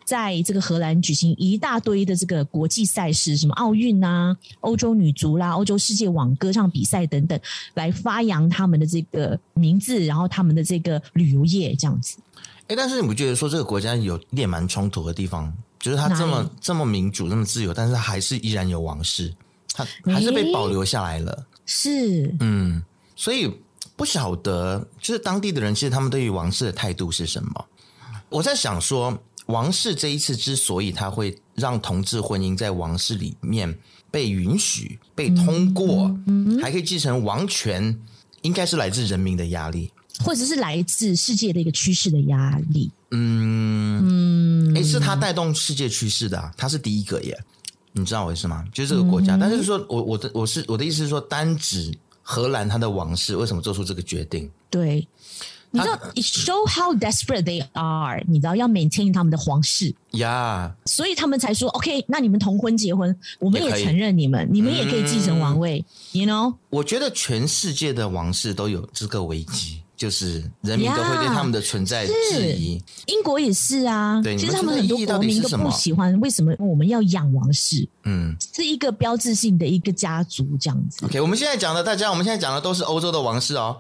S2: 在这个荷兰举行一大堆的这个国际赛事，什么奥运啊、欧洲女足啦、欧洲世界网歌唱比赛等等，来发扬他们的这个名字，然后他们的这个旅游业这样子。
S1: 哎，但是你不觉得说这个国家有一点蛮冲突的地方？就是它这
S2: 哪
S1: 么
S2: 里
S1: 这么民主，这么自由，但是它还是依然有王室，它还是被
S2: 诶
S1: 保留下来了。
S2: 是，
S1: 嗯，所以不晓得，就是当地的人，其实他们对于王室的态度是什么？我在想说，王室这一次之所以他会让同志婚姻在王室里面被允许、被通过，还可以继承王权，应该是来自人民的压力。
S2: 或者是来自世界的一个趋势的压力。
S1: 嗯，
S2: 嗯，
S1: 诶，是他带动世界趋势的、啊，他是第一个耶。你知道我意思吗？就是这个国家，但是说我我的我是我的意思是说，单指荷兰他的王室为什么做出这个决定？
S2: 对，你知道，it show how desperate they are，你知道要 maintain 他们的皇室，
S1: 呀、
S2: 所以他们才说 OK，那你们同婚结婚，我们
S1: 也可以嗯
S2: 也承认你们，你们也可以继承王位、y o u know？
S1: 我觉得全世界的王室都有这个危机，就是人民都会对他们的存在质疑。
S2: 英国也是啊，
S1: 对
S2: 其实
S1: 你们
S2: 他
S1: 觉得
S2: 们很多
S1: 意义到
S2: 国
S1: 底
S2: 民
S1: 是
S2: 都
S1: 什么
S2: 不喜欢，为什么我们要养王室？
S1: 嗯
S2: 是一个标志性的一个家族这样子。
S1: ，OK，我们现在讲的，大家我们现在讲的都是欧洲的王室哦，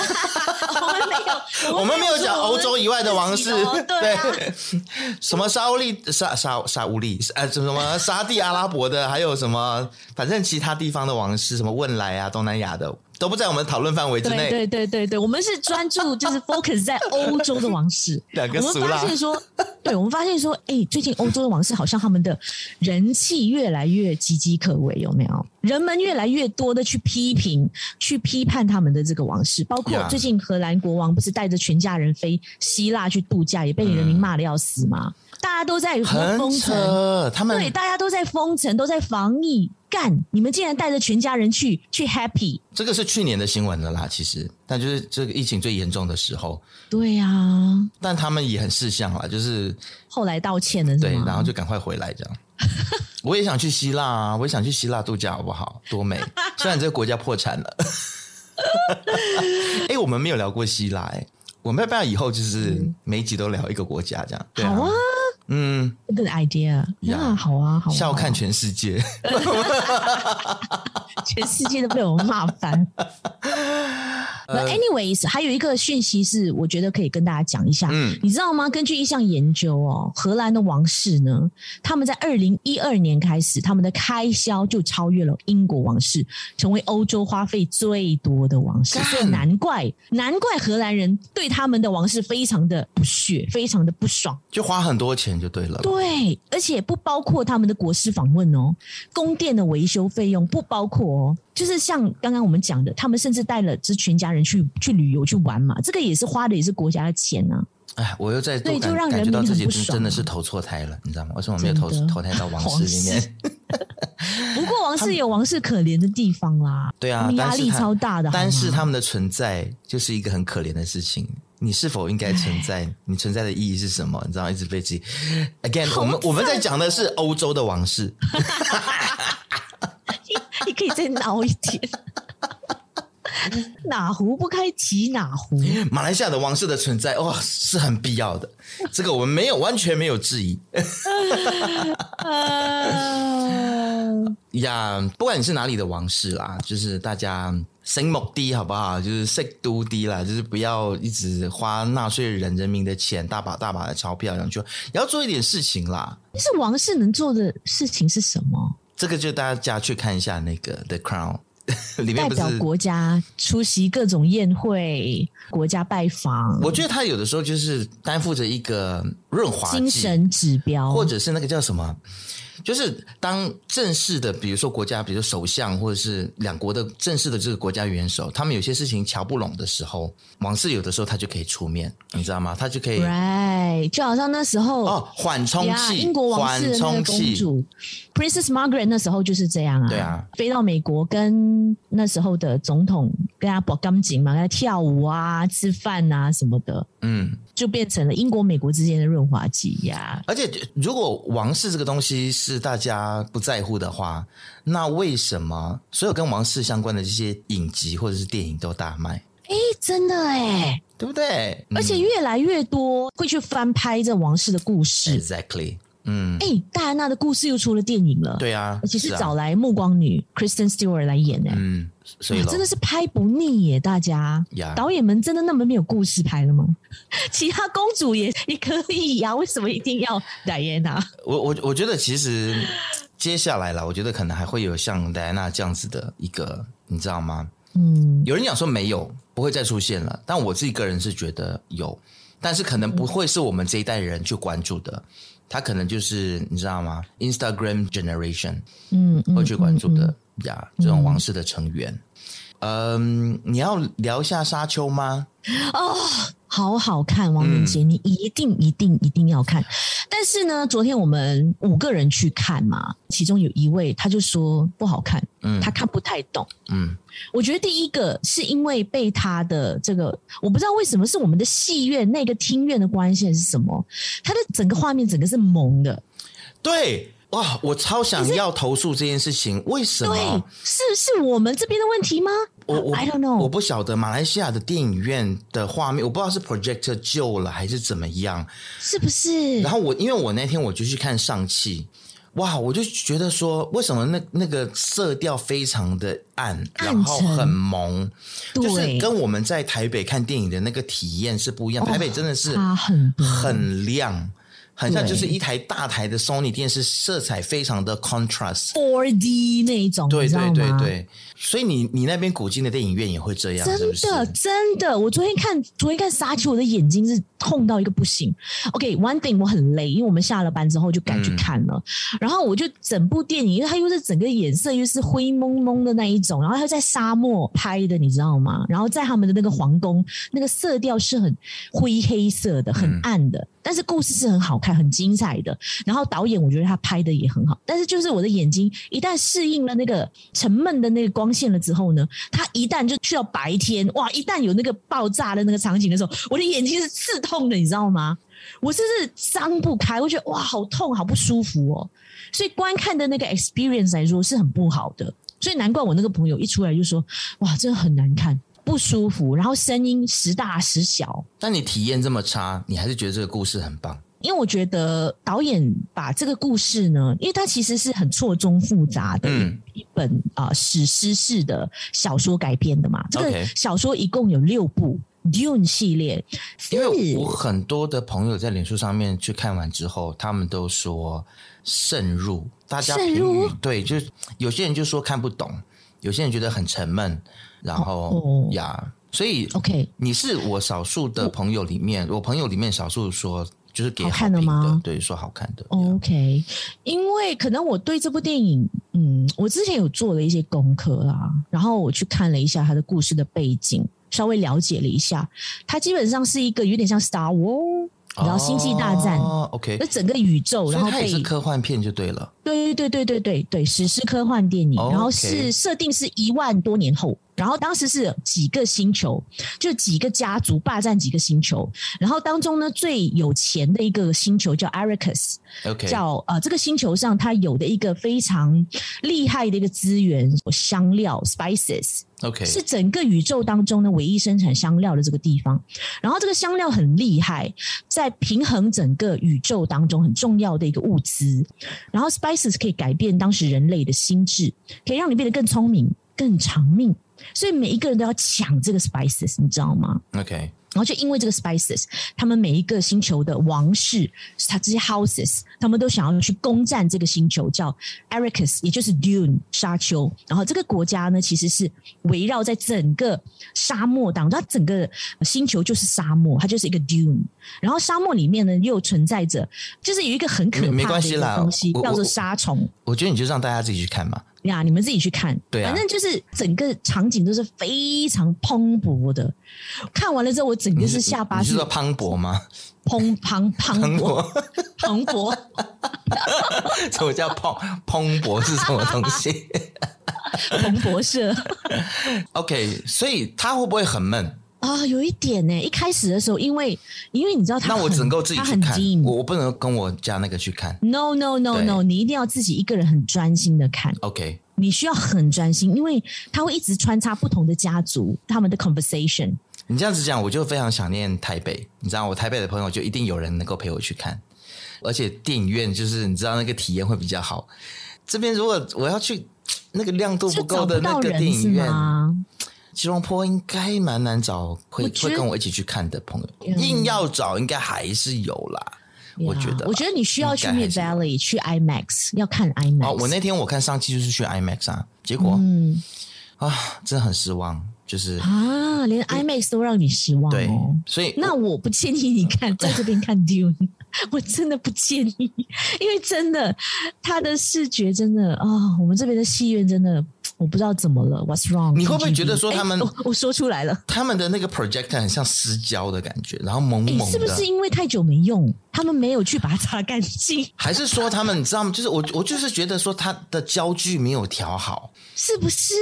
S2: 我们没有，
S1: 我们没有讲欧洲以外的王室
S2: 我们自己 哦，对啊，
S1: 什么沙乌利、沙沙沙乌利，呃，什么沙地阿拉伯的，还有什么，反正其他地方的王室，什么汶莱啊、东南亚的，都不在我们讨论范围之
S2: 对
S1: 内。
S2: 对对对对，我们是专注就是
S1: 。
S2: focus 在欧洲的王室
S1: 两个
S2: 我
S1: 俗
S2: 们
S1: 辣
S2: 发现说， 对我们发现说，哎、最近欧洲的王室好像他们的人气越来越岌岌可危，有没有？人们越来越多的去批评、去批判他们的这个王室，包括
S1: Yeah
S2: 最近荷兰国王不是带着全家人飞希腊去度假，也被人民骂的要死吗？大家都在
S1: 很
S2: 封城，
S1: 扯，他
S2: 对，
S1: 们
S2: 大家都在封城，都在防疫，干！你们竟然带着全家人去去 happy，
S1: 这个是去年的新闻了啦，其实，但就是这个疫情最严重的时候，
S2: 对呀、啊，
S1: 但他们也很识相啦，就是
S2: 后来道歉了是
S1: 对，
S2: 吗？
S1: 然后就赶快回来这样。 我也想去希腊啊，我也想去希腊度假，好不好？多 美！虽然这个国家破产了。 哎、我们没有聊过希腊、哎，我们要不要以后就是每一集都聊一个国家这样？对
S2: 嗯好啊，
S1: 嗯，
S2: good idea，
S1: Yeah
S2: 啊，好啊，好啊，
S1: 笑看
S2: 好
S1: 全世界。
S2: 啊全世界都被我们骂翻。 那 anyways，还有一个讯息是，我觉得可以跟大家讲一下。
S1: 嗯
S2: 你知道吗？根据一项研究哦，荷兰的王室呢，他们在二零一二年开始，他们的开销就超越了英国王室，成为欧洲花费最多的王室。
S1: 干
S2: 所以难怪，难怪荷兰人对他们的王室非常的不屑，非常的不爽。
S1: 就花很多钱就对了。
S2: 对，而且不包括他们的国事访问哦，宫殿的维修费用不包括哦。就是像刚刚我们讲的，他们甚至带了这全家人去去旅游去玩嘛，这个也是花的也是国家的钱啊。
S1: 哎，我又再
S2: 对
S1: 度
S2: 就让
S1: 感
S2: 人
S1: 感觉到
S2: 民
S1: 自
S2: 很
S1: 己
S2: 不
S1: 真
S2: 爽
S1: 真的
S2: 啊
S1: 是投错胎了，你知道吗？为什么没有
S2: 真
S1: 投
S2: 的
S1: 投胎到王室 里面？
S2: 不过王室有王室可怜的地方啦，
S1: 对
S2: 他
S1: 啊，
S2: 们
S1: 但
S2: 压
S1: 是
S2: 力
S1: 他
S2: 超大的，
S1: 但是
S2: 好吗
S1: 他们的存在就是一个很可怜的事情。你是否应该存在？ 你存在的意义是什么？你知道，一直被记。Again，我们我们在讲的是欧洲的王室，
S2: 你可以再挠一点。 哪壶不开提哪 壶，
S1: 马来西亚的王室的存在，哇、是很必要的。这个我们没有完全没有质疑
S2: 呃，
S1: 呀。不管你是哪里的王室啦，就是大家醒目低好不好？就是适度低啦，就是不要一直花纳税人人民的钱，大把大把的钞票，然后就也要做一点事情啦。
S2: 但是王室能做的事情是什么？
S1: 这个就大家去看一下那个《The Crown》里 面
S2: 代
S1: 不是
S2: 表国家出席各种宴会，国家拜访，
S1: 我觉得他有的时候就是担负着一个润滑剂
S2: 精神哦指标，
S1: 或者是那个叫什么，就是当正式的，比如说国家，比如说首相或者是两国的正式的这个国家元首，他们有些事情瞧不拢的时候，王室有的时候他就可以出面，你知道吗？他就可以
S2: right，就好像那时候
S1: 哦缓冲
S2: 呀
S1: 器，
S2: 英国王
S1: 缓
S2: 室的那
S1: 冲
S2: 个公
S1: 器，
S2: 主 Princess Margaret 那时候就是这样啊，
S1: 对啊，
S2: 飞到美国跟那时候的总统跟他绑钢琴嘛，跟他跳舞啊、吃饭啊什么的，
S1: 嗯。
S2: 就变成了英国美国之间的润滑剂呀、
S1: 而且，如果王室这个东西是大家不在乎的话，那为什么所有跟王室相关的这些影集或者是电影都大卖，
S2: 诶真的哎、
S1: 对不对？嗯
S2: 而且越来越多会去翻拍这王室的故事
S1: 嗯、。exactly，嗯，
S2: 哎、戴安娜的故事又出了电影了，，
S1: 对啊，
S2: 而且是
S1: 啊
S2: 找来暮光女 Kristen Stewart 来演哎、
S1: 嗯，所以
S2: 哇
S1: 咯
S2: 真的是拍不腻耶！大家
S1: 呀
S2: 导演们真的那么没有故事拍了吗？ 其他公主也也可以呀、为什么一定要 Diana？
S1: 我我我觉得其实接下来啦，我觉得可能还会有像戴安娜这样子的一个，你知道吗？
S2: 嗯，
S1: 有人讲说没有，不会再出现了，但我自己个人是觉得有，但是可能不会是我们这一代人去关注的，他可能就是你知道吗？Instagram generation
S2: 嗯嗯，
S1: 会去关注
S2: 嗯
S1: 的呀，这种王室的成员。嗯，你要聊一下沙丘吗？
S2: 哦，好好看，王仁杰，你一定一定一定要看。但是呢，昨天我们五个人去看嘛，其中有一位他就说不好看，
S1: 嗯
S2: 他看不太懂。
S1: 嗯，
S2: 我觉得第一个是因为被他的这个，我不知道为什么是我们的戏院那个厅院的关系还是什么，他的整个画面整个是蒙的，
S1: 啊对，哇，我超想要投诉这件事情，为什
S2: 对
S1: 么？，
S2: 是是我们这边的问题吗？
S1: 我我
S2: I don't
S1: 我
S2: know，
S1: 不晓得马来西亚的电影院的画面，我不知道是 projector 旧了还是怎么样。
S2: 是不是
S1: 然？后我因为我那天我就去看上汽，哇，我就觉得说为什么那那个色调非常的暗，
S2: 暗
S1: 然后
S2: 沉
S1: 很蒙，就是
S2: 对，哦
S1: 跟我们在台北看电影的那个体验是不一样。台北真的是
S2: 差很多，
S1: 很亮。很像
S2: 对
S1: 就是一台大台的 Sony 电视，色彩非常的 contrast。
S2: 4 D 那一种，
S1: 对
S2: 你知道
S1: 对
S2: 吗？
S1: 对对，所以你你那边古今的电影院也会这样，是
S2: 真
S1: 不是？
S2: 的，真的，我昨天看，昨天看《沙丘》，我的眼睛是痛到一个不行。OK，One、Thing，我很累，因为我们下了班之后就赶去看了。
S1: 嗯
S2: 然后我就整部电影，因为它又是整个颜色又是灰蒙蒙的那一种，然后它在沙漠拍的，你知道吗？然后在他们的那个皇宫，那个色调是很灰黑色的，
S1: 嗯
S2: 很暗的，但是故事是很好看、很精彩的。然后导演我觉得他拍的也很好，但是就是我的眼睛一旦适应了那个沉闷的那个光线了之后呢，它一旦就去到白天，哇，一旦有那个爆炸的那个场景的时候，我的眼睛是刺痛的，你知道吗？我甚至张不开，我觉得哇，好痛，好不舒服哦。所以观看的那个 experience 来说是很不好的，所以难怪我那个朋友一出来就说，哇，真的很难看，不舒服，然后声音时大时小，
S1: 但你体验这么差，你还是觉得这个故事很棒。
S2: 因为我觉得导演把这个故事呢，因为它其实是很错综复杂的
S1: 嗯
S2: 一本啊、史诗式的小说改编的嘛。这个
S1: OK
S2: 小说一共有六部 Dune 系列，
S1: 因为
S2: 是
S1: 我很多的朋友在脸书上面去看完之后，他们都说渗入，大家
S2: 渗
S1: 评
S2: 入
S1: 语对，就是有些人就说看不懂，有些人觉得很沉闷，然
S2: 哦
S1: 后呀，所以
S2: OK。
S1: 你是我少数的朋友里面，我朋友里面少数说就是给
S2: 好
S1: 好
S2: 看
S1: 评
S2: 的吗哦
S1: 对，说好看的。
S2: OK，因为可能我对这部电影，嗯，我之前有做了一些功课啦，然后我去看了一下它的故事的背景，稍微了解了一下，它基本上是一个有点像 Star War，
S1: 哦
S2: 然后星际大战
S1: 哦，OK，
S2: 那整个宇宙，
S1: 所
S2: 然后
S1: 以它也
S2: 被
S1: 是科幻片就对了。
S2: 对对对对对对对，史诗科幻电影，
S1: 哦
S2: 然后
S1: OK
S2: 是设定是一万多年后，然后当时是几个星球，就几个家族霸占几个星球，然后当中呢最有钱的一个星球叫 Arrakis，
S1: OK，
S2: 叫呃这个星球上它有的一个非常厉害的一个资源，香料 spices，
S1: OK，
S2: 是整个宇宙当中呢唯一生产香料的这个地方。然后这个香料很厉害，在平衡整个宇宙当中很重要的一个物资。然后 spices 可以改变当时人类的心智，可以让你变得更聪明、更长命。所以每一个人都要抢这个 spices，你知道吗？
S1: OK，
S2: 然后就因为这个 spices，他们每一个星球的王室，他这些 houses，他们都想要去攻占这个星球，叫 Ericus，也就是 Dune 沙丘。然后这个国家呢，其实是围绕在整个沙漠当中，它整个星球就是沙漠，它就是一个 Dune。然后沙漠里面呢，又存在着，就是有一个很可
S1: 没没
S2: 怕
S1: 关
S2: 的一
S1: 系
S2: 个
S1: 啦
S2: 东西，
S1: 我我
S2: 叫做沙虫。
S1: 我觉得你就让大家自己去看嘛。
S2: 呀，你们自己去看。
S1: 对啊
S2: 反正就是整个场景都是非常蓬勃的。看完了之后，我整个
S1: 你
S2: 是下巴
S1: 你
S2: 是
S1: 是说磅礴吗？
S2: 蓬蓬蓬
S1: 磅
S2: 勃
S1: 礴，
S2: 蓬勃。
S1: 什么叫磅蓬勃是什么东西
S2: 彭博社
S1: ？OK，所以它会不会很闷？
S2: 啊、有一点呢、一开始的时候，因为因为你知道他
S1: 那
S2: 很，
S1: 我只能够自己
S2: 他
S1: 去
S2: 很
S1: 看，
S2: 近
S1: 我我不能跟我家那个去看。
S2: No no no
S1: 对
S2: no，你一定要自己一个人很专心的看，
S1: OK，
S2: 你需要很专心，因为他会一直穿插不同的家族他们的 conversation。
S1: 你这样子讲，我就非常想念台北。你知道，我台北的朋友就一定有人能够陪我去看，而且电影院就是你知道那个体验会比较好。这边如果我要去那个亮度
S2: 就
S1: 不
S2: 找
S1: 够
S2: 不
S1: 的那
S2: 到
S1: 个
S2: 人
S1: 电
S2: 是
S1: 影院，
S2: 吗？
S1: 吉隆坡应该蛮难找会
S2: 我觉
S1: 会
S2: 得
S1: 跟我一起去看的朋友，
S2: 嗯
S1: 硬要找应该还是有啦。我觉得啦
S2: 我觉得你需要去
S1: 应该
S2: Mid
S1: 还是有
S2: Valley 去 IMAX，要看 IMAX。
S1: 哦，我那天我看上期就是去 IMAX 啊，结果、
S2: 嗯
S1: 啊真的很失望，就是
S2: 啊，连 IMAX 都让你失望
S1: 对
S2: 哦。，
S1: 所以
S2: 那我不建议你看，在这边看 Dune，我真的不建议，因为真的，他的视觉真的啊、我们这边的戏院真的，我不知道怎么了，What's wrong？
S1: 你会不会
S2: PGB
S1: 觉得说他们
S2: 哎我我说出来了，
S1: 他们的那个 projector 很像私胶的感觉，然后萌
S2: 哎，
S1: 萌
S2: 是不
S1: 的，
S2: 是因为太久没用，他们没有去把它擦干净？
S1: 还是说他们你知道吗？就是我我就是觉得说他的焦距没有调好，
S2: 是不是？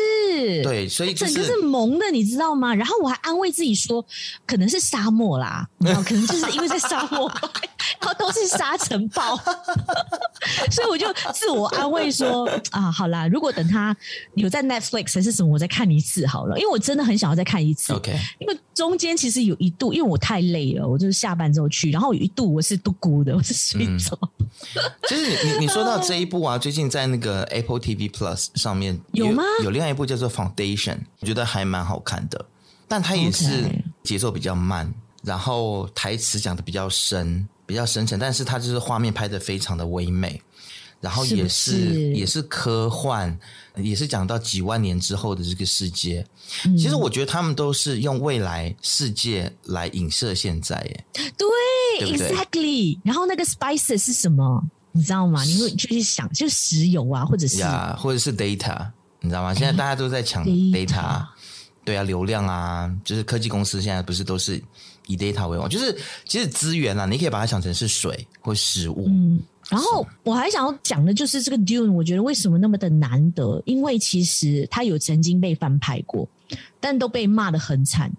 S1: 对，所以就
S2: 整
S1: 是
S2: 个是萌的，你知道吗？然后我还安慰自己说，可能是沙漠啦，然后可能就是因为在沙漠， 然后都是沙尘暴， 所以我就自我安慰说啊，好啦，如果等他有在 Netflix 还是什么，我再看一次好了，因为我真的很想要再看一次。
S1: OK
S2: 因为中间其实有一度，因为我太累了，我就是下班之后去，然后有一度我是嘟咕的，我 是睡着。
S1: 嗯就是你你你说到这一部 啊，最近在那个 Apple TV Plus 上面
S2: 有吗
S1: 有另外一部叫做 Foundation，我觉得还蛮好看的，但它也是
S2: OK
S1: 节奏比较慢，然后台词讲的比较深，比较深沉，但是它就是画面拍的非常的唯美，然后
S2: 是不
S1: 也是
S2: 是
S1: 也是科幻，也是讲到几万年之后的这个世界。
S2: 嗯
S1: 其实我觉得他们都是用未来世界来影射现在耶。
S2: 对
S1: 对不对
S2: e x a c t l y 然后那个 spices 是什么？你知道吗？你会就去想，就石油啊，或者是哎
S1: 呀或者是 data，你知道吗？现在大家都在抢
S2: data
S1: data，对啊，流量啊，就是科技公司现在不是都是以 data 为王，就是其实资源啊，你可以把它想成是水或食物，
S2: 嗯，然后我还想要讲的就是这个 Dune，我觉得为什么那么的难得？因为其实它有曾经被翻拍过，但都被骂的很惨，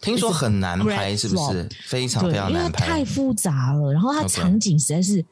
S1: 听说很难
S2: It's a
S1: 拍，
S2: great
S1: 是不是
S2: flop？？
S1: 非常
S2: 对
S1: 非，常
S2: 因为它
S1: 难
S2: 太
S1: 拍。
S2: 复杂了。然后它
S1: OK
S2: 场景实在是，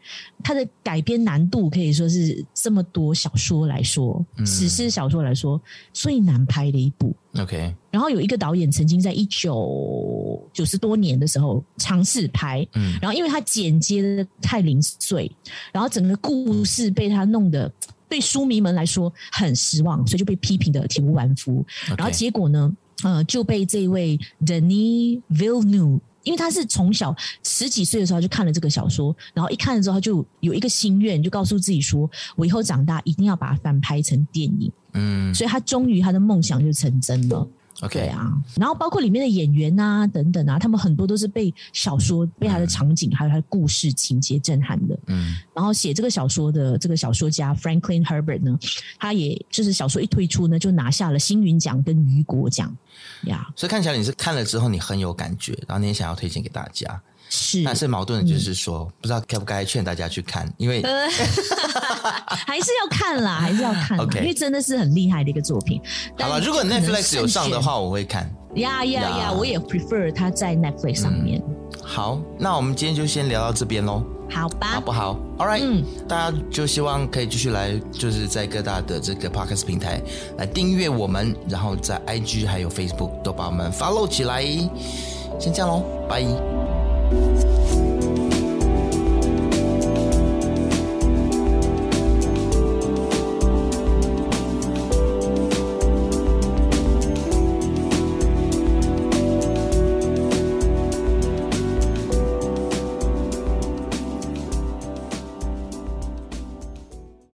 S2: 它的改编难度可以说是这么多小说来说，
S1: 嗯
S2: 史诗小说来说最难拍的一部。
S1: OK，
S2: 然后有一个导演曾经在一九九十多年的时候尝试拍，
S1: 嗯
S2: 然后因为他剪接的太零碎，然后整个故事被他弄得对书迷们来说很失望，所以就被批评的体无完肤。然后
S1: OK，
S2: 结果呢，呃，就被这位 Denis Villeneuve。因为他是从小十几岁的时候他就看了这个小说，然后一看了之后他就有一个心愿，就告诉自己说：“我以后长大一定要把它翻拍成电影。”
S1: 嗯
S2: 所以他终于他的梦想就成真了。对
S1: ，OK，
S2: 啊，然后包括里面的演员啊等等啊，他们很多都是被小说、被他的场景还有他的故事情节震撼的。
S1: 嗯
S2: 然后写这个小说的这个小说家 Franklin Herbert 呢，他也就是小说一推出呢，就拿下了星云奖跟雨果奖呀。
S1: 所以看起来你是看了之后你很有感觉，然后你也想要推荐给大家，
S2: 是，
S1: 但是矛盾的就是说，不知道该不该劝大家去看，因为
S2: 嗯呃，还是要 看啦，还是要看啦
S1: OK
S2: 因为真的是很厉害的一个作品。
S1: 好了，
S2: 但
S1: 如果
S2: 可能
S1: Netflix 有上的
S2: 慎
S1: 话，我会看。
S2: 选，呀呀
S1: 呀嗯
S2: 呀，我也 prefer 它在 Netflix 上面，
S1: 好，那我们今天就先聊到这边喽。
S2: 好吧？
S1: 好不好？All right，、
S2: 嗯
S1: 大家就希望可以继续来，就是在各大的这个 podcast 平台来订阅我们，然后在 IG 还有 Facebook 都把我们 follow 起来。先这样喽，拜。